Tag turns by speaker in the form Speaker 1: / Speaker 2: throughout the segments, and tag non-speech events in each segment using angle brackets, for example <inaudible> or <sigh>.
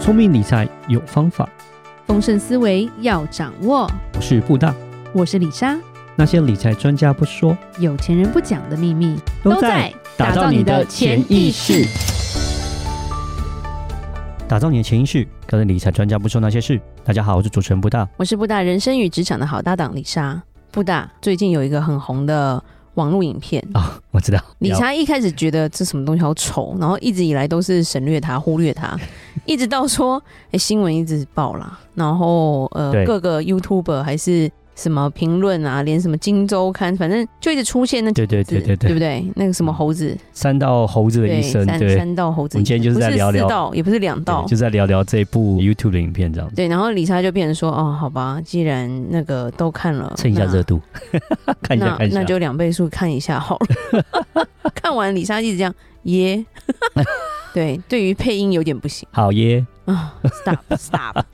Speaker 1: 聪明理财有方法，
Speaker 2: 丰盛思维要掌握。
Speaker 1: 我是布大。
Speaker 2: 我是李莎，
Speaker 1: 那些理财专家不说，
Speaker 2: 有钱人不讲的秘密
Speaker 1: 打造你的潜意识。。打造你的潜意识，跟着理财专家不说那些事。大家好，我是主持人布大。
Speaker 2: 我是布大人生与职场的好搭档李莎。布大最近有一个很红的网络影片。
Speaker 1: 啊、我知道
Speaker 2: 李莎一开始觉得这什么东西好丑，然后一直以来都是省略它、忽
Speaker 1: <laughs>
Speaker 2: 略它，一直到说，哎、新闻一直报啦，然后呃，
Speaker 1: 对
Speaker 2: 各个 YouTuber 还是什么评论啊，连什么《金周刊》，反正就一直出现那
Speaker 1: 对对
Speaker 2: 字，
Speaker 1: 对对嗯
Speaker 2: 对
Speaker 1: 对，
Speaker 2: 不对？那个什么猴子，
Speaker 1: 三道猴子的一生，
Speaker 2: 三
Speaker 1: 对，
Speaker 2: 三道猴
Speaker 1: 我
Speaker 2: 子
Speaker 1: 们，今天就是
Speaker 2: 不
Speaker 1: 在
Speaker 2: 是
Speaker 1: 聊
Speaker 2: 四
Speaker 1: 聊，
Speaker 2: 道，也不是两道
Speaker 1: 对，就在聊聊这部 YouTube 的影片，这样子
Speaker 2: 对，然后李莎就变成说，哦，好吧，既然那个都看了，
Speaker 1: 蹭一下
Speaker 2: 那
Speaker 1: 热度， <laughs> 看一下
Speaker 2: 哦那
Speaker 1: 看一下
Speaker 2: 那。就两倍速看一下好了。 <laughs> 看完李莎一直这样耶， <laughs> 对，对于配音有点不行
Speaker 1: 好耶，
Speaker 2: 啊、s t o
Speaker 1: <laughs>
Speaker 2: p stop，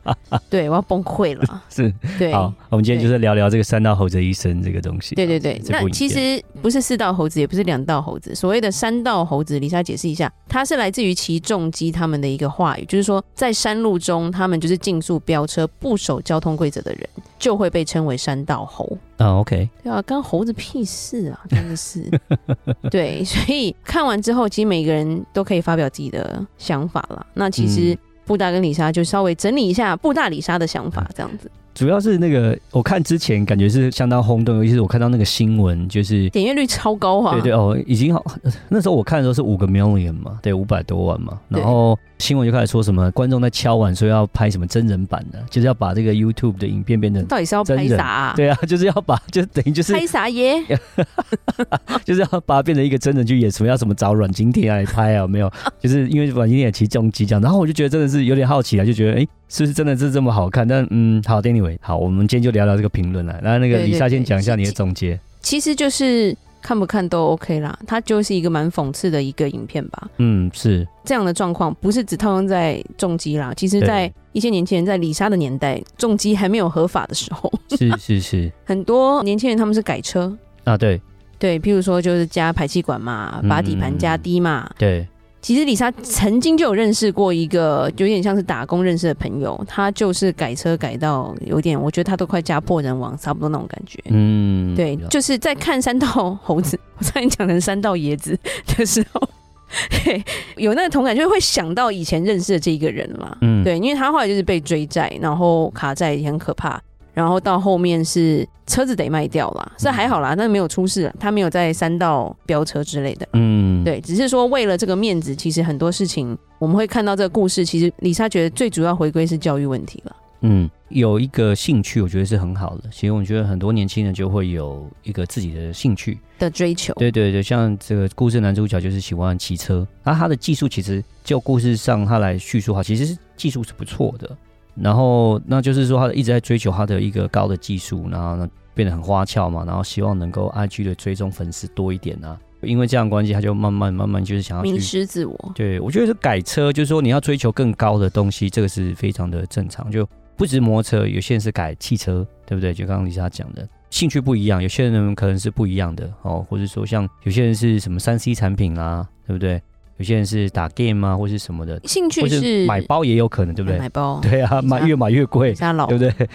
Speaker 2: 对我要崩溃了，
Speaker 1: 是
Speaker 2: 对。
Speaker 1: 好，我们今天
Speaker 2: 对
Speaker 1: 就是聊聊这个三道猴子的一生这个东西。
Speaker 2: 对对对，
Speaker 1: 这部
Speaker 2: 那
Speaker 1: 影
Speaker 2: 其
Speaker 1: 片
Speaker 2: 实不是四道猴子，也不是两道猴子，所谓的三道猴子，李莎解释一下，它是来自于起重机他们的一个话语，就是说在山路中，他们就是竞速飙车、不守交通规则的人，就会被称为山道猴。
Speaker 1: 啊，OK，
Speaker 2: 对啊，干猴子屁事啊，真的是。
Speaker 1: <laughs>
Speaker 2: 对，所以看完之后，其实每个人都可以发表自己的想法啦。那其实
Speaker 1: 嗯
Speaker 2: 布大跟李莎就稍微整理一下布大李莎的想法，这样子。
Speaker 1: 主要是那个我看之前感觉是相当轰动，尤其是我看到那个新闻，就是
Speaker 2: 点阅率超高啊！
Speaker 1: 对对哦，已经好。那时候我看的时候是五个 million 嘛，对，五百多万嘛。
Speaker 2: 对
Speaker 1: 然后新闻就开始说什么观众在敲碗说要拍什么真人版的，就是要把这个 YouTube 的影片变成，
Speaker 2: 到底是要
Speaker 1: 真
Speaker 2: 拍
Speaker 1: 人
Speaker 2: 啥、啊？
Speaker 1: 对啊，就是要把就等于就是
Speaker 2: 拍啥耶？
Speaker 1: <laughs> 就是要把它变成一个真人去演，什么要什么找阮经天来拍啊？有
Speaker 2: <laughs>
Speaker 1: 没有，就是因为阮经天也骑重机这样，然后我就觉得真的是有点好奇啊，就觉得诶，是不是真的是这么好看？但嗯，好，anyway，好，我们今天就聊聊这个评论了。那那个
Speaker 2: 对对
Speaker 1: 李莎先
Speaker 2: 对
Speaker 1: 讲一下
Speaker 2: 是
Speaker 1: 你的总结，
Speaker 2: 其实就是看不看都 OK 啦，它就是一个蛮讽刺的一个影片吧。
Speaker 1: 嗯，是
Speaker 2: 这样的状况不是只套用在重击啦，其实
Speaker 1: 对
Speaker 2: 在一些年轻人在李莎的年代，重击还没有合法的时候，
Speaker 1: 是是是
Speaker 2: 很多年轻人他们是改车，
Speaker 1: 啊，对
Speaker 2: 对，譬如说就是加排气管嘛，把底盘加低嘛。
Speaker 1: 对，
Speaker 2: 其实李莎曾经就有认识过一个有点像是打工认识的朋友，他就是改车改到有点，我觉得他都快家破人亡，差不多那种感觉。
Speaker 1: 嗯，
Speaker 2: 对，就是在看山道猴子， <laughs> 我差点讲成山道椰子的时候， <laughs> 对，有那个同感，就会想到以前认识的这一个人啦。
Speaker 1: 嗯，
Speaker 2: 对，因为他后来就是被追债，然后卡债也很可怕，然后到后面是车子得卖掉
Speaker 1: 嗯
Speaker 2: 啦，这还好啦，那没有出事，他没有在山道飙车之类的。
Speaker 1: 嗯，
Speaker 2: 对，只是说为了这个面子，其实很多事情我们会看到这个故事，其实李莎觉得最主要回归是教育问题了。
Speaker 1: 嗯，有一个兴趣，我觉得是很好的。其实我觉得很多年轻人就会有一个自己的兴趣，
Speaker 2: 的追求，
Speaker 1: 对对对，像这个故事男主角就是喜欢骑车，那他的技术其实就故事上他来叙述的话，其实是技术是不错的。然后那就是说他一直在追求他的一个高的技术，然后呢变得很花俏嘛，然后希望能够 IG 的追踪粉丝多一点啊。因为这样的关系，他就慢慢慢慢就是想要
Speaker 2: 迷
Speaker 1: 啊去。
Speaker 2: 失自我，
Speaker 1: 对，我觉得是改车，就是说你要追求更高的东西，这个是非常的正常。就不止摩托车，有些人是改汽车，对不对？就刚刚丽莎讲的，兴趣不一样，有些人可能是不一样的哦，或者说像有些人是什么三 C 产品啦、对不对？有些人是打 game 啊，或是什么的，
Speaker 2: 兴趣
Speaker 1: 或是
Speaker 2: 是
Speaker 1: 买包也有可能，对不对？
Speaker 2: 买包，
Speaker 1: 对啊，买越买越贵
Speaker 2: 李，莎老
Speaker 1: 对不对？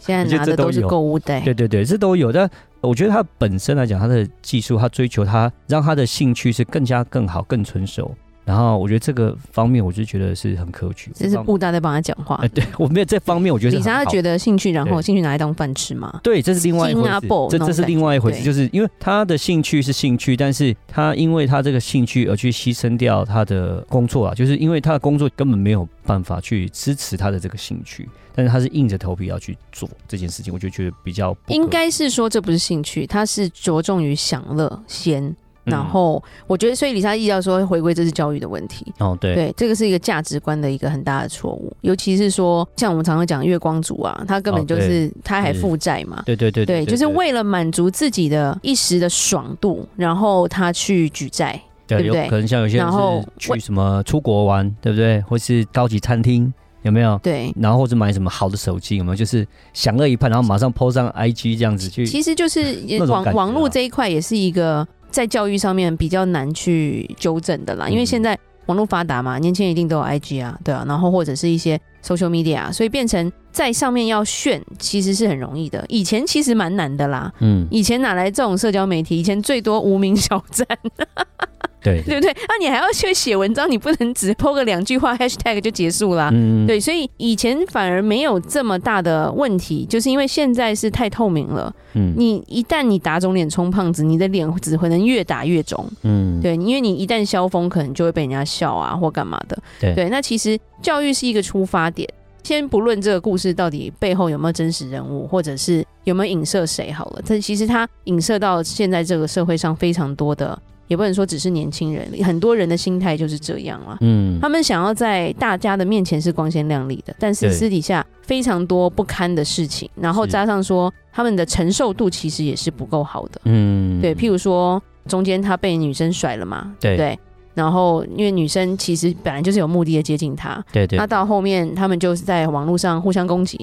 Speaker 2: 现
Speaker 1: 我觉
Speaker 2: 在
Speaker 1: 得
Speaker 2: 拿
Speaker 1: 这
Speaker 2: 的
Speaker 1: 都
Speaker 2: 都是
Speaker 1: 有
Speaker 2: 购物袋，
Speaker 1: 对对对，这都有。但我觉得他本身来讲，他的技术，他追求他让他的兴趣是更加更好、更成熟。然后我觉得这个方面，我就觉得是很可取。
Speaker 2: 这是
Speaker 1: 方
Speaker 2: <laughs> 布大在帮他讲话
Speaker 1: 哎，。对我没有这方面，我觉得
Speaker 2: 李莎觉
Speaker 1: 得
Speaker 2: 得兴趣，然后
Speaker 1: 对
Speaker 2: 兴趣拿来当饭吃嘛？
Speaker 1: 对，这是另外一回
Speaker 2: 金啊
Speaker 1: 事
Speaker 2: ，ball。
Speaker 1: 这
Speaker 2: 那种
Speaker 1: 这是
Speaker 2: 感觉
Speaker 1: 另外一回事，
Speaker 2: 对
Speaker 1: 就是因为他的兴趣是兴趣，但是他因为他这个兴趣而去牺牲掉他的工作啊，就是因为他的工作根本没有办法去支持他的这个兴趣，但是他是硬着头皮要去做这件事情，我就觉得比较不可
Speaker 2: 应该是说这不是兴趣，它是着重于享乐先。
Speaker 1: 嗯
Speaker 2: 然后我觉得，所以李莎意识到说，回归这是教育的问题。
Speaker 1: 哦对
Speaker 2: 对，这个是一个价值观的一个很大的错误，尤其是说像我们常常讲月光族啊，他根本
Speaker 1: 哦
Speaker 2: 就
Speaker 1: 对
Speaker 2: 是他还
Speaker 1: 是
Speaker 2: 负债嘛。
Speaker 1: 对对对
Speaker 2: 对，就是为了满足自己的一时的爽度，然后他去举债，
Speaker 1: 对，
Speaker 2: 对
Speaker 1: 有
Speaker 2: 不对
Speaker 1: 可能像有些人
Speaker 2: 然后
Speaker 1: 是去什么出国玩，对不对？或是高级餐厅，有没有？
Speaker 2: 对，
Speaker 1: 然后或者买什么好的手机，有没有？就是享乐一番，然后马上 PO 上 IG 这样子去。
Speaker 2: 其实就是也
Speaker 1: 那种
Speaker 2: 网
Speaker 1: 感觉啊
Speaker 2: 网络这一块也是一个在教育上面比较难去纠正的啦，因为
Speaker 1: 嗯
Speaker 2: 现在。网络发达嘛，年轻人一定都有 IG 啊，对啊，然后或者是一些 social media，啊所以变成在上面要炫，其实是很容易的。以前其实蛮难的啦，
Speaker 1: 嗯，
Speaker 2: 以前哪来这种社交媒体？以前最多无名小站，
Speaker 1: 对，
Speaker 2: 对不对？那、你还要去写文章，你不能只 po 个两句话 hashtag 就结束啦。
Speaker 1: 嗯，
Speaker 2: 啊对，所以以前反而没有这么大的问题，就是因为现在是太透明了。
Speaker 1: 嗯，
Speaker 2: 你一旦你打肿脸充胖子，你的脸只会能越打越肿。
Speaker 1: 嗯，
Speaker 2: 对，因为你一旦消风，可能就会被人家笑啊，或干嘛的。
Speaker 1: 对
Speaker 2: 那其实教育是一个出发点，先不论这个故事到底背后有没有真实人物，或者是有没有影射谁好了，但其实它影射到现在这个社会上非常多的，也不能说只是年轻人，很多人的心态就是这样啦。
Speaker 1: 嗯，
Speaker 2: 他们想要在大家的面前是光鲜亮丽的，但是
Speaker 1: 对
Speaker 2: 私底下非常多不堪的事情，然后
Speaker 1: 是
Speaker 2: 加上说他们的承受度其实也是不够好的。
Speaker 1: 嗯，
Speaker 2: 对，譬如说中间他被女生甩了嘛，
Speaker 1: 对
Speaker 2: 不对？然后因为女生其实本来就是有目的的接近他，
Speaker 1: 对对
Speaker 2: 那，到后面他们就是在网络上互相攻击，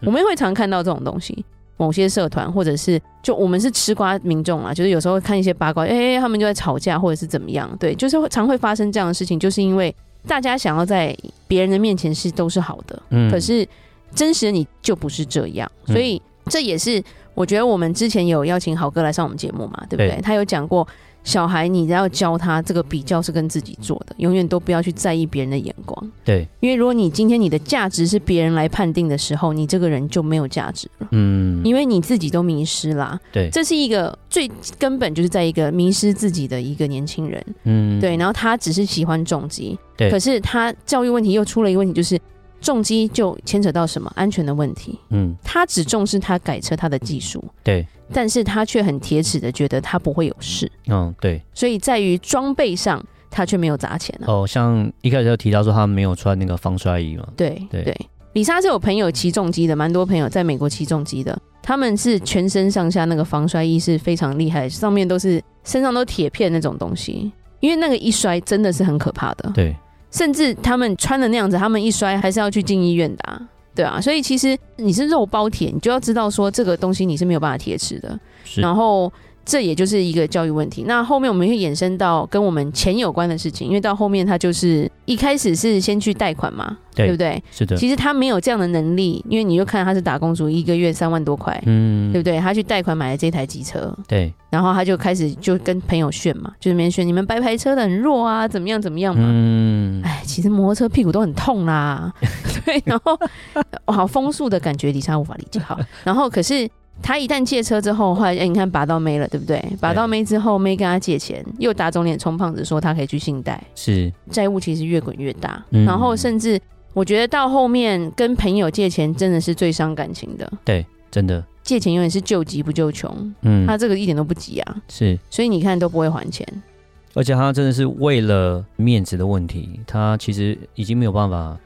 Speaker 1: 嗯
Speaker 2: 我们也会常看到这种东西。某些社团或者是就我们是吃瓜民众啊，就是有时候会看一些八卦，哎、他们就在吵架或者是怎么样，对，就是会常会发生这样的事情，就是因为大家想要在别人的面前是都是好的，
Speaker 1: 嗯
Speaker 2: 可是真实的你就不是这样，
Speaker 1: 嗯
Speaker 2: 所以这也是我觉得我们之前有邀请好哥来上我们节目嘛，对不对？
Speaker 1: 对
Speaker 2: 他有讲过，小孩你要教他这个比较是跟自己做的，永远都不要去在意别人的眼光，
Speaker 1: 对，
Speaker 2: 因为如果你今天你的价值是别人来判定的时候，你这个人就没有价值了。
Speaker 1: 嗯，
Speaker 2: 因为你自己都迷失啦，
Speaker 1: 对
Speaker 2: 这是一个最根本就是在一个迷失自己的一个年轻人，
Speaker 1: 嗯，
Speaker 2: 对，然后他只是喜欢重击，
Speaker 1: 对
Speaker 2: 可是他教育问题又出了一个问题，就是重击就牵扯到什么安全的问题。
Speaker 1: 嗯，
Speaker 2: 他只重视他改车他的技术，
Speaker 1: 对，
Speaker 2: 但是他却很铁齿的觉得他不会有事，
Speaker 1: 嗯，对，
Speaker 2: 所以在于装备上他却没有砸钱啊。
Speaker 1: 哦，像一开始有提到说他没有穿那个防摔衣嘛，
Speaker 2: 对
Speaker 1: 对
Speaker 2: 对，李莎是有朋友骑重机的，蛮多朋友在美国骑重机的，他们是全身上下那个防摔衣是非常厉害的，上面都是身上都铁片那种东西，因为那个一摔真的是很可怕的。
Speaker 1: 对，
Speaker 2: 甚至他们穿的那样子，他们一摔还是要去进医院的、啊，对啊，所以其实你是肉包铁，你就要知道说这个东西你是没有办法铁齿的，
Speaker 1: 是，
Speaker 2: 然后。这也就是一个教育问题。那后面我们会衍生到跟我们钱有关的事情，因为到后面他就是一开始是先去贷款嘛，
Speaker 1: 对
Speaker 2: 不对？
Speaker 1: 是的，
Speaker 2: 其实他没有这样的能力，因为你就看他是打工族，一个月三万多块，
Speaker 1: 嗯，
Speaker 2: 对不对？他去贷款买了这台机车，
Speaker 1: 对，
Speaker 2: 然后他就开始就跟朋友炫嘛，就是边炫你们白牌车的很弱啊，怎么样怎么样嘛。
Speaker 1: 嗯，
Speaker 2: 哎，其实摩托车屁股都很痛啦，
Speaker 1: <laughs>
Speaker 2: 对，然后哇好风速的感觉，李莎无法理
Speaker 1: <laughs>
Speaker 2: 解。好，然后可是他一旦借车之后，后来、哎你看拔到妹了，对不对？拔到妹之后，妹跟他借钱，又打肿脸充胖子，说他可以去信贷，
Speaker 1: 是，
Speaker 2: 债务其实越滚越大，
Speaker 1: 嗯
Speaker 2: 然后甚至我觉得到后面跟朋友借钱真的是最伤感情的，
Speaker 1: 真的，
Speaker 2: 借钱永远是救急不救穷，
Speaker 1: 嗯，
Speaker 2: 他这个一点都不急啊，
Speaker 1: 是，
Speaker 2: 所以你看都不会还钱，
Speaker 1: 而且他真的是为了面子的问题，他其实已经没有办法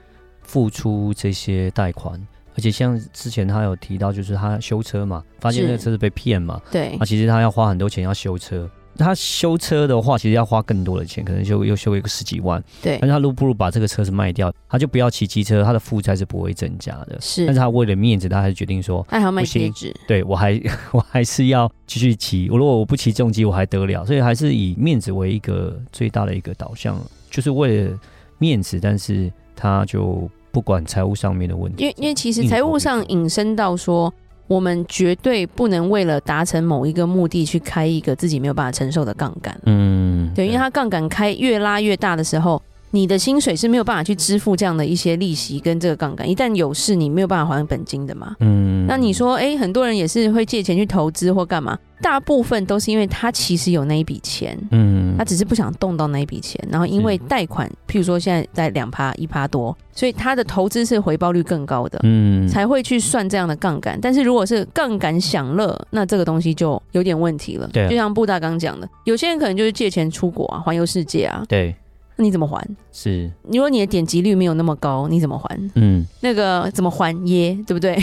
Speaker 1: 付出这些贷款。而且像之前他有提到，就是他修车嘛，发现
Speaker 2: 是
Speaker 1: 那个车子被骗嘛，
Speaker 2: 对
Speaker 1: 那、，其实他要花很多钱要修车。他修车的话，其实要花更多的钱，可能就又修一个十几万。
Speaker 2: 对
Speaker 1: 但，是他如不如把这个车子卖掉，他就不要骑机车，他的负债是不会增加的。但
Speaker 2: 是
Speaker 1: 是，他为了面子，他还是决定说，
Speaker 2: 爱好卖
Speaker 1: 不行
Speaker 2: 贴纸，
Speaker 1: 对我还 <laughs> 我还是要继续骑。我如果我不骑重机，我还得了？所以还是以面子为一个最大的一个导向，就是为了面子，但是他就不管财务上面的问题。
Speaker 2: 因为因为其实财务
Speaker 1: 嗯
Speaker 2: 上引申到说，我们绝对不能为了达成某一个目的去开一个自己没有办法承受的杠杆，
Speaker 1: 嗯，
Speaker 2: 对，因为它杠杆开越拉越大的时候。你的薪水是没有办法去支付这样的一些利息跟这个杠杆，一旦有事你没有办法还本金的嘛。
Speaker 1: 嗯，
Speaker 2: 那你说，诶，很多人也是会借钱去投资或干嘛，大部分都是因为他其实有那一笔钱，
Speaker 1: 嗯，
Speaker 2: 他只是不想动到那一笔钱，然后因为
Speaker 1: 是
Speaker 2: 贷款，譬如说现在在两趴一趴多，所以他的投资是回报率更高的，
Speaker 1: 嗯
Speaker 2: 才会去算这样的杠杆。但是如果是杠杆享乐，那这个东西就有点问题了。
Speaker 1: 对啊
Speaker 2: 就像布大刚讲的，有些人可能就是借钱出国啊，环游世界啊，
Speaker 1: 对
Speaker 2: 那你怎么还？
Speaker 1: 是
Speaker 2: 如果你的点击率没有那么高，你怎么还？
Speaker 1: 嗯
Speaker 2: 那个怎么还耶，对不对？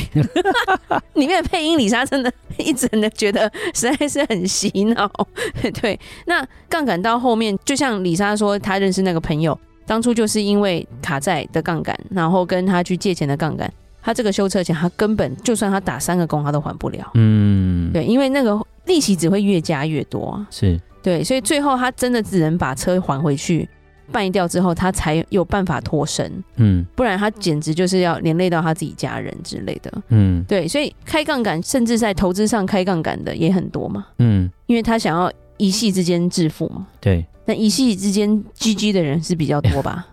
Speaker 2: 里面的配音李莎真的一整的觉得实在是很洗脑。 <laughs> 对，那杠杆到后面，就像李莎说，她认识那个朋友，当初就是因为卡债的杠杆，然后跟他去借钱的杠杆，他这个修车钱，他根本就算他打三个工，他都还不了。
Speaker 1: 嗯
Speaker 2: 对，因为那个利息只会越加越多啊。
Speaker 1: 是
Speaker 2: 对，所以最后他真的只能把车还回去，败掉之后，他才有办法脱身，
Speaker 1: 嗯
Speaker 2: 不然他简直就是要连累到他自己家人之类的。
Speaker 1: 嗯
Speaker 2: 对，所以开杠杆，甚至在投资上开杠杆的也很多嘛，
Speaker 1: 嗯，
Speaker 2: 因为他想要一夕之间致富嘛。
Speaker 1: 对，
Speaker 2: 那一夕之间 GG 的人是比较多吧？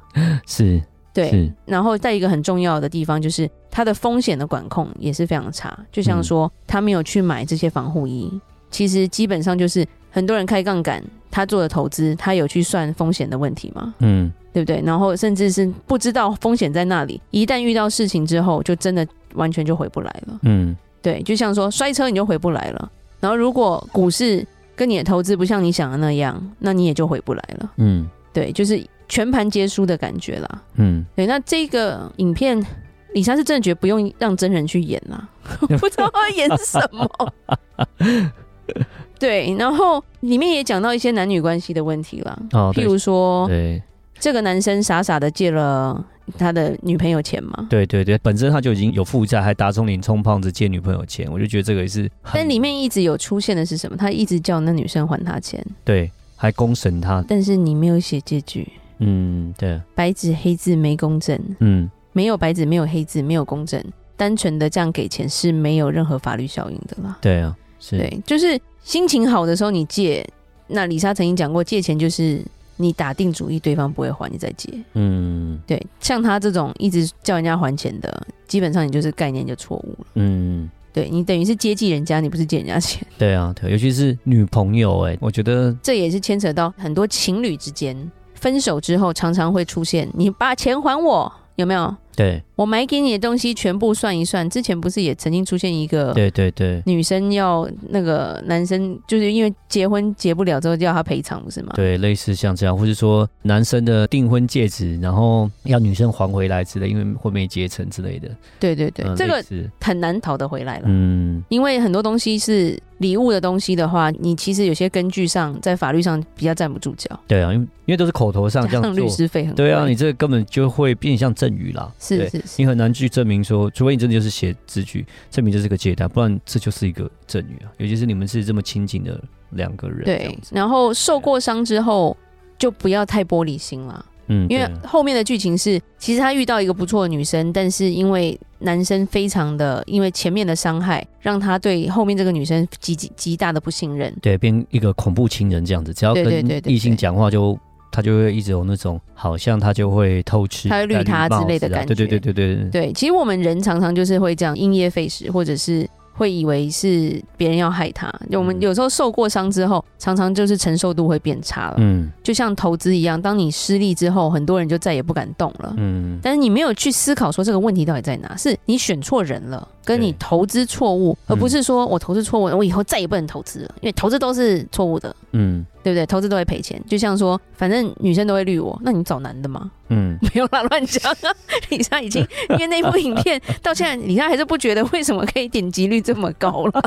Speaker 1: 是
Speaker 2: 对。
Speaker 1: 是，
Speaker 2: 然后在一个很重要的地方，就是它的风险的管控也是非常差。就像说，他没有去买这些防护衣，其实基本上就是很多人开杠杆，他做的投资，他有去算风险的问题吗？
Speaker 1: 嗯
Speaker 2: 对不对？然后甚至是不知道风险在那里，一旦遇到事情之后，就真的完全就回不来了。
Speaker 1: 嗯
Speaker 2: 对，就像说摔车你就回不来了。然后如果股市跟你的投资不像你想的那样，那你也就回不来了。
Speaker 1: 嗯
Speaker 2: 对，就是全盘皆输的感觉啦。
Speaker 1: 嗯，
Speaker 2: 对，那这个影片，李莎是真的觉得不用让真人去演啦， <laughs> 我不知道要演什
Speaker 1: <laughs>
Speaker 2: 么。对，然后里面也讲到一些男女关系的问题啦，
Speaker 1: 哦，
Speaker 2: 譬
Speaker 1: 对
Speaker 2: 如说
Speaker 1: 对
Speaker 2: 这个男生傻傻的借了他的女朋友钱嘛，
Speaker 1: 对对对，本身他就已经有负债，还打肿脸充胖子借女朋友钱，我就觉得这个也是很，
Speaker 2: 但里面一直有出现的是什么？他一直叫那女生还他钱，
Speaker 1: 对还公审他，
Speaker 2: 但是你没有写借据，
Speaker 1: 嗯，对，
Speaker 2: 白纸黑字没公证，
Speaker 1: 嗯
Speaker 2: 没有白纸，没有黑字，没有公证，单纯的这样给钱是没有任何法律效应的啦。
Speaker 1: 对啊，是，
Speaker 2: 对，就是心情好的时候你借，那李莎曾经讲过，借钱就是你打定主意对方不会还，你再借。
Speaker 1: 嗯
Speaker 2: 对，像他这种一直叫人家还钱的，基本上你就是概念就错误了。
Speaker 1: 嗯。
Speaker 2: 对你等于是接济人家，你不是借人家钱，
Speaker 1: 对啊，对，尤其是女朋友、哎，我觉得
Speaker 2: 这也是牵扯到很多情侣之间分手之后常常会出现，你把钱还我，有没有？
Speaker 1: 对，
Speaker 2: 我买给你的东西全部算一算，之前不是也曾经出现一个
Speaker 1: 对对对
Speaker 2: 女生要那个男生，就是因为结婚结不了之后就要他赔偿，不是吗？
Speaker 1: 对，类似像这样，或是说男生的订婚戒指，然后要女生还回来之类，因为会没结成之类的。
Speaker 2: 对对对，
Speaker 1: 嗯
Speaker 2: 这个
Speaker 1: 类似
Speaker 2: 很难讨得回来了。
Speaker 1: 嗯
Speaker 2: 因为很多东西是礼物的东西的话，你其实有些根据上在法律上比较站不住脚，
Speaker 1: 对啊，因为因为都是口头上这
Speaker 2: 加
Speaker 1: 样
Speaker 2: 上律
Speaker 1: 做，
Speaker 2: 师费很贵。
Speaker 1: 对啊，你这个根本就会变相赠与啦。
Speaker 2: 是
Speaker 1: 对
Speaker 2: 是是，
Speaker 1: 你很难去证明说，除非你真的就是写字据证明这是个借贷，不然这就是一个赠与啊。尤其是你们是这么亲近的两个人，这
Speaker 2: 对
Speaker 1: 样。子
Speaker 2: 然后受过伤之后，就不要太玻璃心了。
Speaker 1: 嗯，
Speaker 2: 因
Speaker 1: 对
Speaker 2: 为
Speaker 1: 啊
Speaker 2: 后面的剧情是，其实他遇到一个不错的女生，但是因为男生非常的，因为前面的伤害，让他对后面这个女生极极极大的不信任。
Speaker 1: 对变一个恐怖情人这样子，只要
Speaker 2: 对对
Speaker 1: 跟
Speaker 2: 对对
Speaker 1: 异性
Speaker 2: 对
Speaker 1: 讲话就。他就会一直有那种好像他就会偷吃
Speaker 2: 他
Speaker 1: 戴
Speaker 2: 会绿
Speaker 1: 绿帽子啊，
Speaker 2: 他之类的感
Speaker 1: 对对对
Speaker 2: 觉
Speaker 1: 对对对
Speaker 2: 对，其实我们人常常就是会这样因噎废食，或者是会以为是别人要害他。就我们
Speaker 1: 嗯
Speaker 2: 有时候受过伤之后，常常就是承受度会变差了。
Speaker 1: 嗯
Speaker 2: 就像投资一样，当你失利之后，很多人就再也不敢动了。
Speaker 1: 嗯
Speaker 2: 但是你没有去思考说这个问题到底在哪，是你选错人了，跟你
Speaker 1: 对
Speaker 2: 投资错误，而
Speaker 1: 嗯
Speaker 2: 不是说我投资错误，我以后再也不能投资了，因为投资都是错误的，
Speaker 1: 嗯
Speaker 2: 对不对？投资都会赔钱，就像说，反正女生都会绿我，那你找男的 <laughs> 嘛，
Speaker 1: 嗯，
Speaker 2: 没有啦，乱讲啊！李莎
Speaker 1: <laughs>
Speaker 2: 已经因为那部影片到现在，李莎还是不觉得为什么可以点击率这么高了，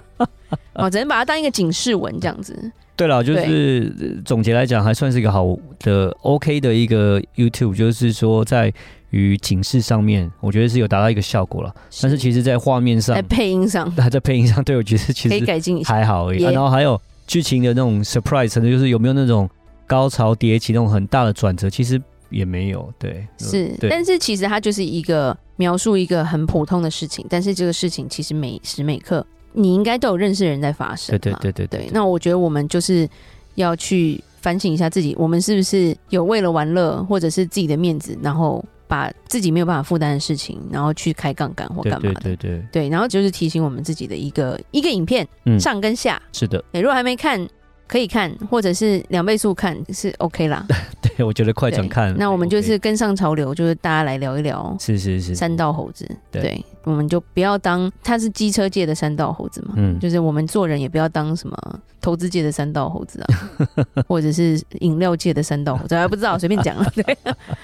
Speaker 2: 哦，只能把它当一个警示文这样子。
Speaker 1: 对了，就是呃总结来讲，还算是一个好的 OK 的一个 YouTube，就是说在于警示上面，我觉得是有达到一个效果了。但是其实，在画面上
Speaker 2: 在，配音上
Speaker 1: <laughs> 还在配音上，对我觉得其
Speaker 2: 哎可以
Speaker 1: 实
Speaker 2: 改进一下，
Speaker 1: 还好而已。啊
Speaker 2: 也
Speaker 1: 然后还有剧情的那种 surprise 程度，就是有没有那种高潮迭起那种很大的转折，其实也没有。对，
Speaker 2: 是
Speaker 1: 嗯，对，
Speaker 2: 但是其实它就是一个描述一个很普通的事情，但是这个事情其实每时每刻你应该都有认识的人在发生
Speaker 1: 对
Speaker 2: 嘛。
Speaker 1: 对对对
Speaker 2: 对
Speaker 1: 对，
Speaker 2: 那我觉得我们就是要去反省一下自己，我们是不是有为了玩乐或者是自己的面子，然后把自己没有办法负担的事情，然后去开杠杆或
Speaker 1: 对
Speaker 2: 干嘛的。
Speaker 1: 对对对，
Speaker 2: 对然后就是提醒我们自己的一个一个影片
Speaker 1: 嗯，
Speaker 2: 上跟下，
Speaker 1: 是的， <laughs>
Speaker 2: 对，如果还没看可以看，或者是两倍速看是 OK 啦。
Speaker 1: 对我觉得快转
Speaker 2: 对
Speaker 1: 看，
Speaker 2: 那我们就
Speaker 1: OK
Speaker 2: 是跟上潮流，就是大家来聊一聊
Speaker 1: 是是是，
Speaker 2: 山道猴子。
Speaker 1: 对
Speaker 2: 对，我们就不要当他是机车界的山道猴子嘛，
Speaker 1: 嗯
Speaker 2: 就是我们做人也不要当什么投资界的山道猴子啊，
Speaker 1: <laughs>
Speaker 2: 或者是饮料界的山道猴子，还不知道，随便讲了。对，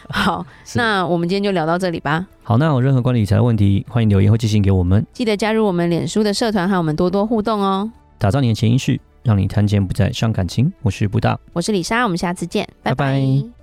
Speaker 2: 好，
Speaker 1: 是
Speaker 2: 那我们今天就聊到这里吧。
Speaker 1: 好，那有任何关于理财的问题，欢迎留言或寄信给我们。
Speaker 2: 记得加入我们脸书的社团，和我们多多互动哦。
Speaker 1: 打造你的潜意识，让你谈钱不再伤感情。我是布大。
Speaker 2: 我是李莎，我们下次见，
Speaker 1: 拜拜
Speaker 2: 拜拜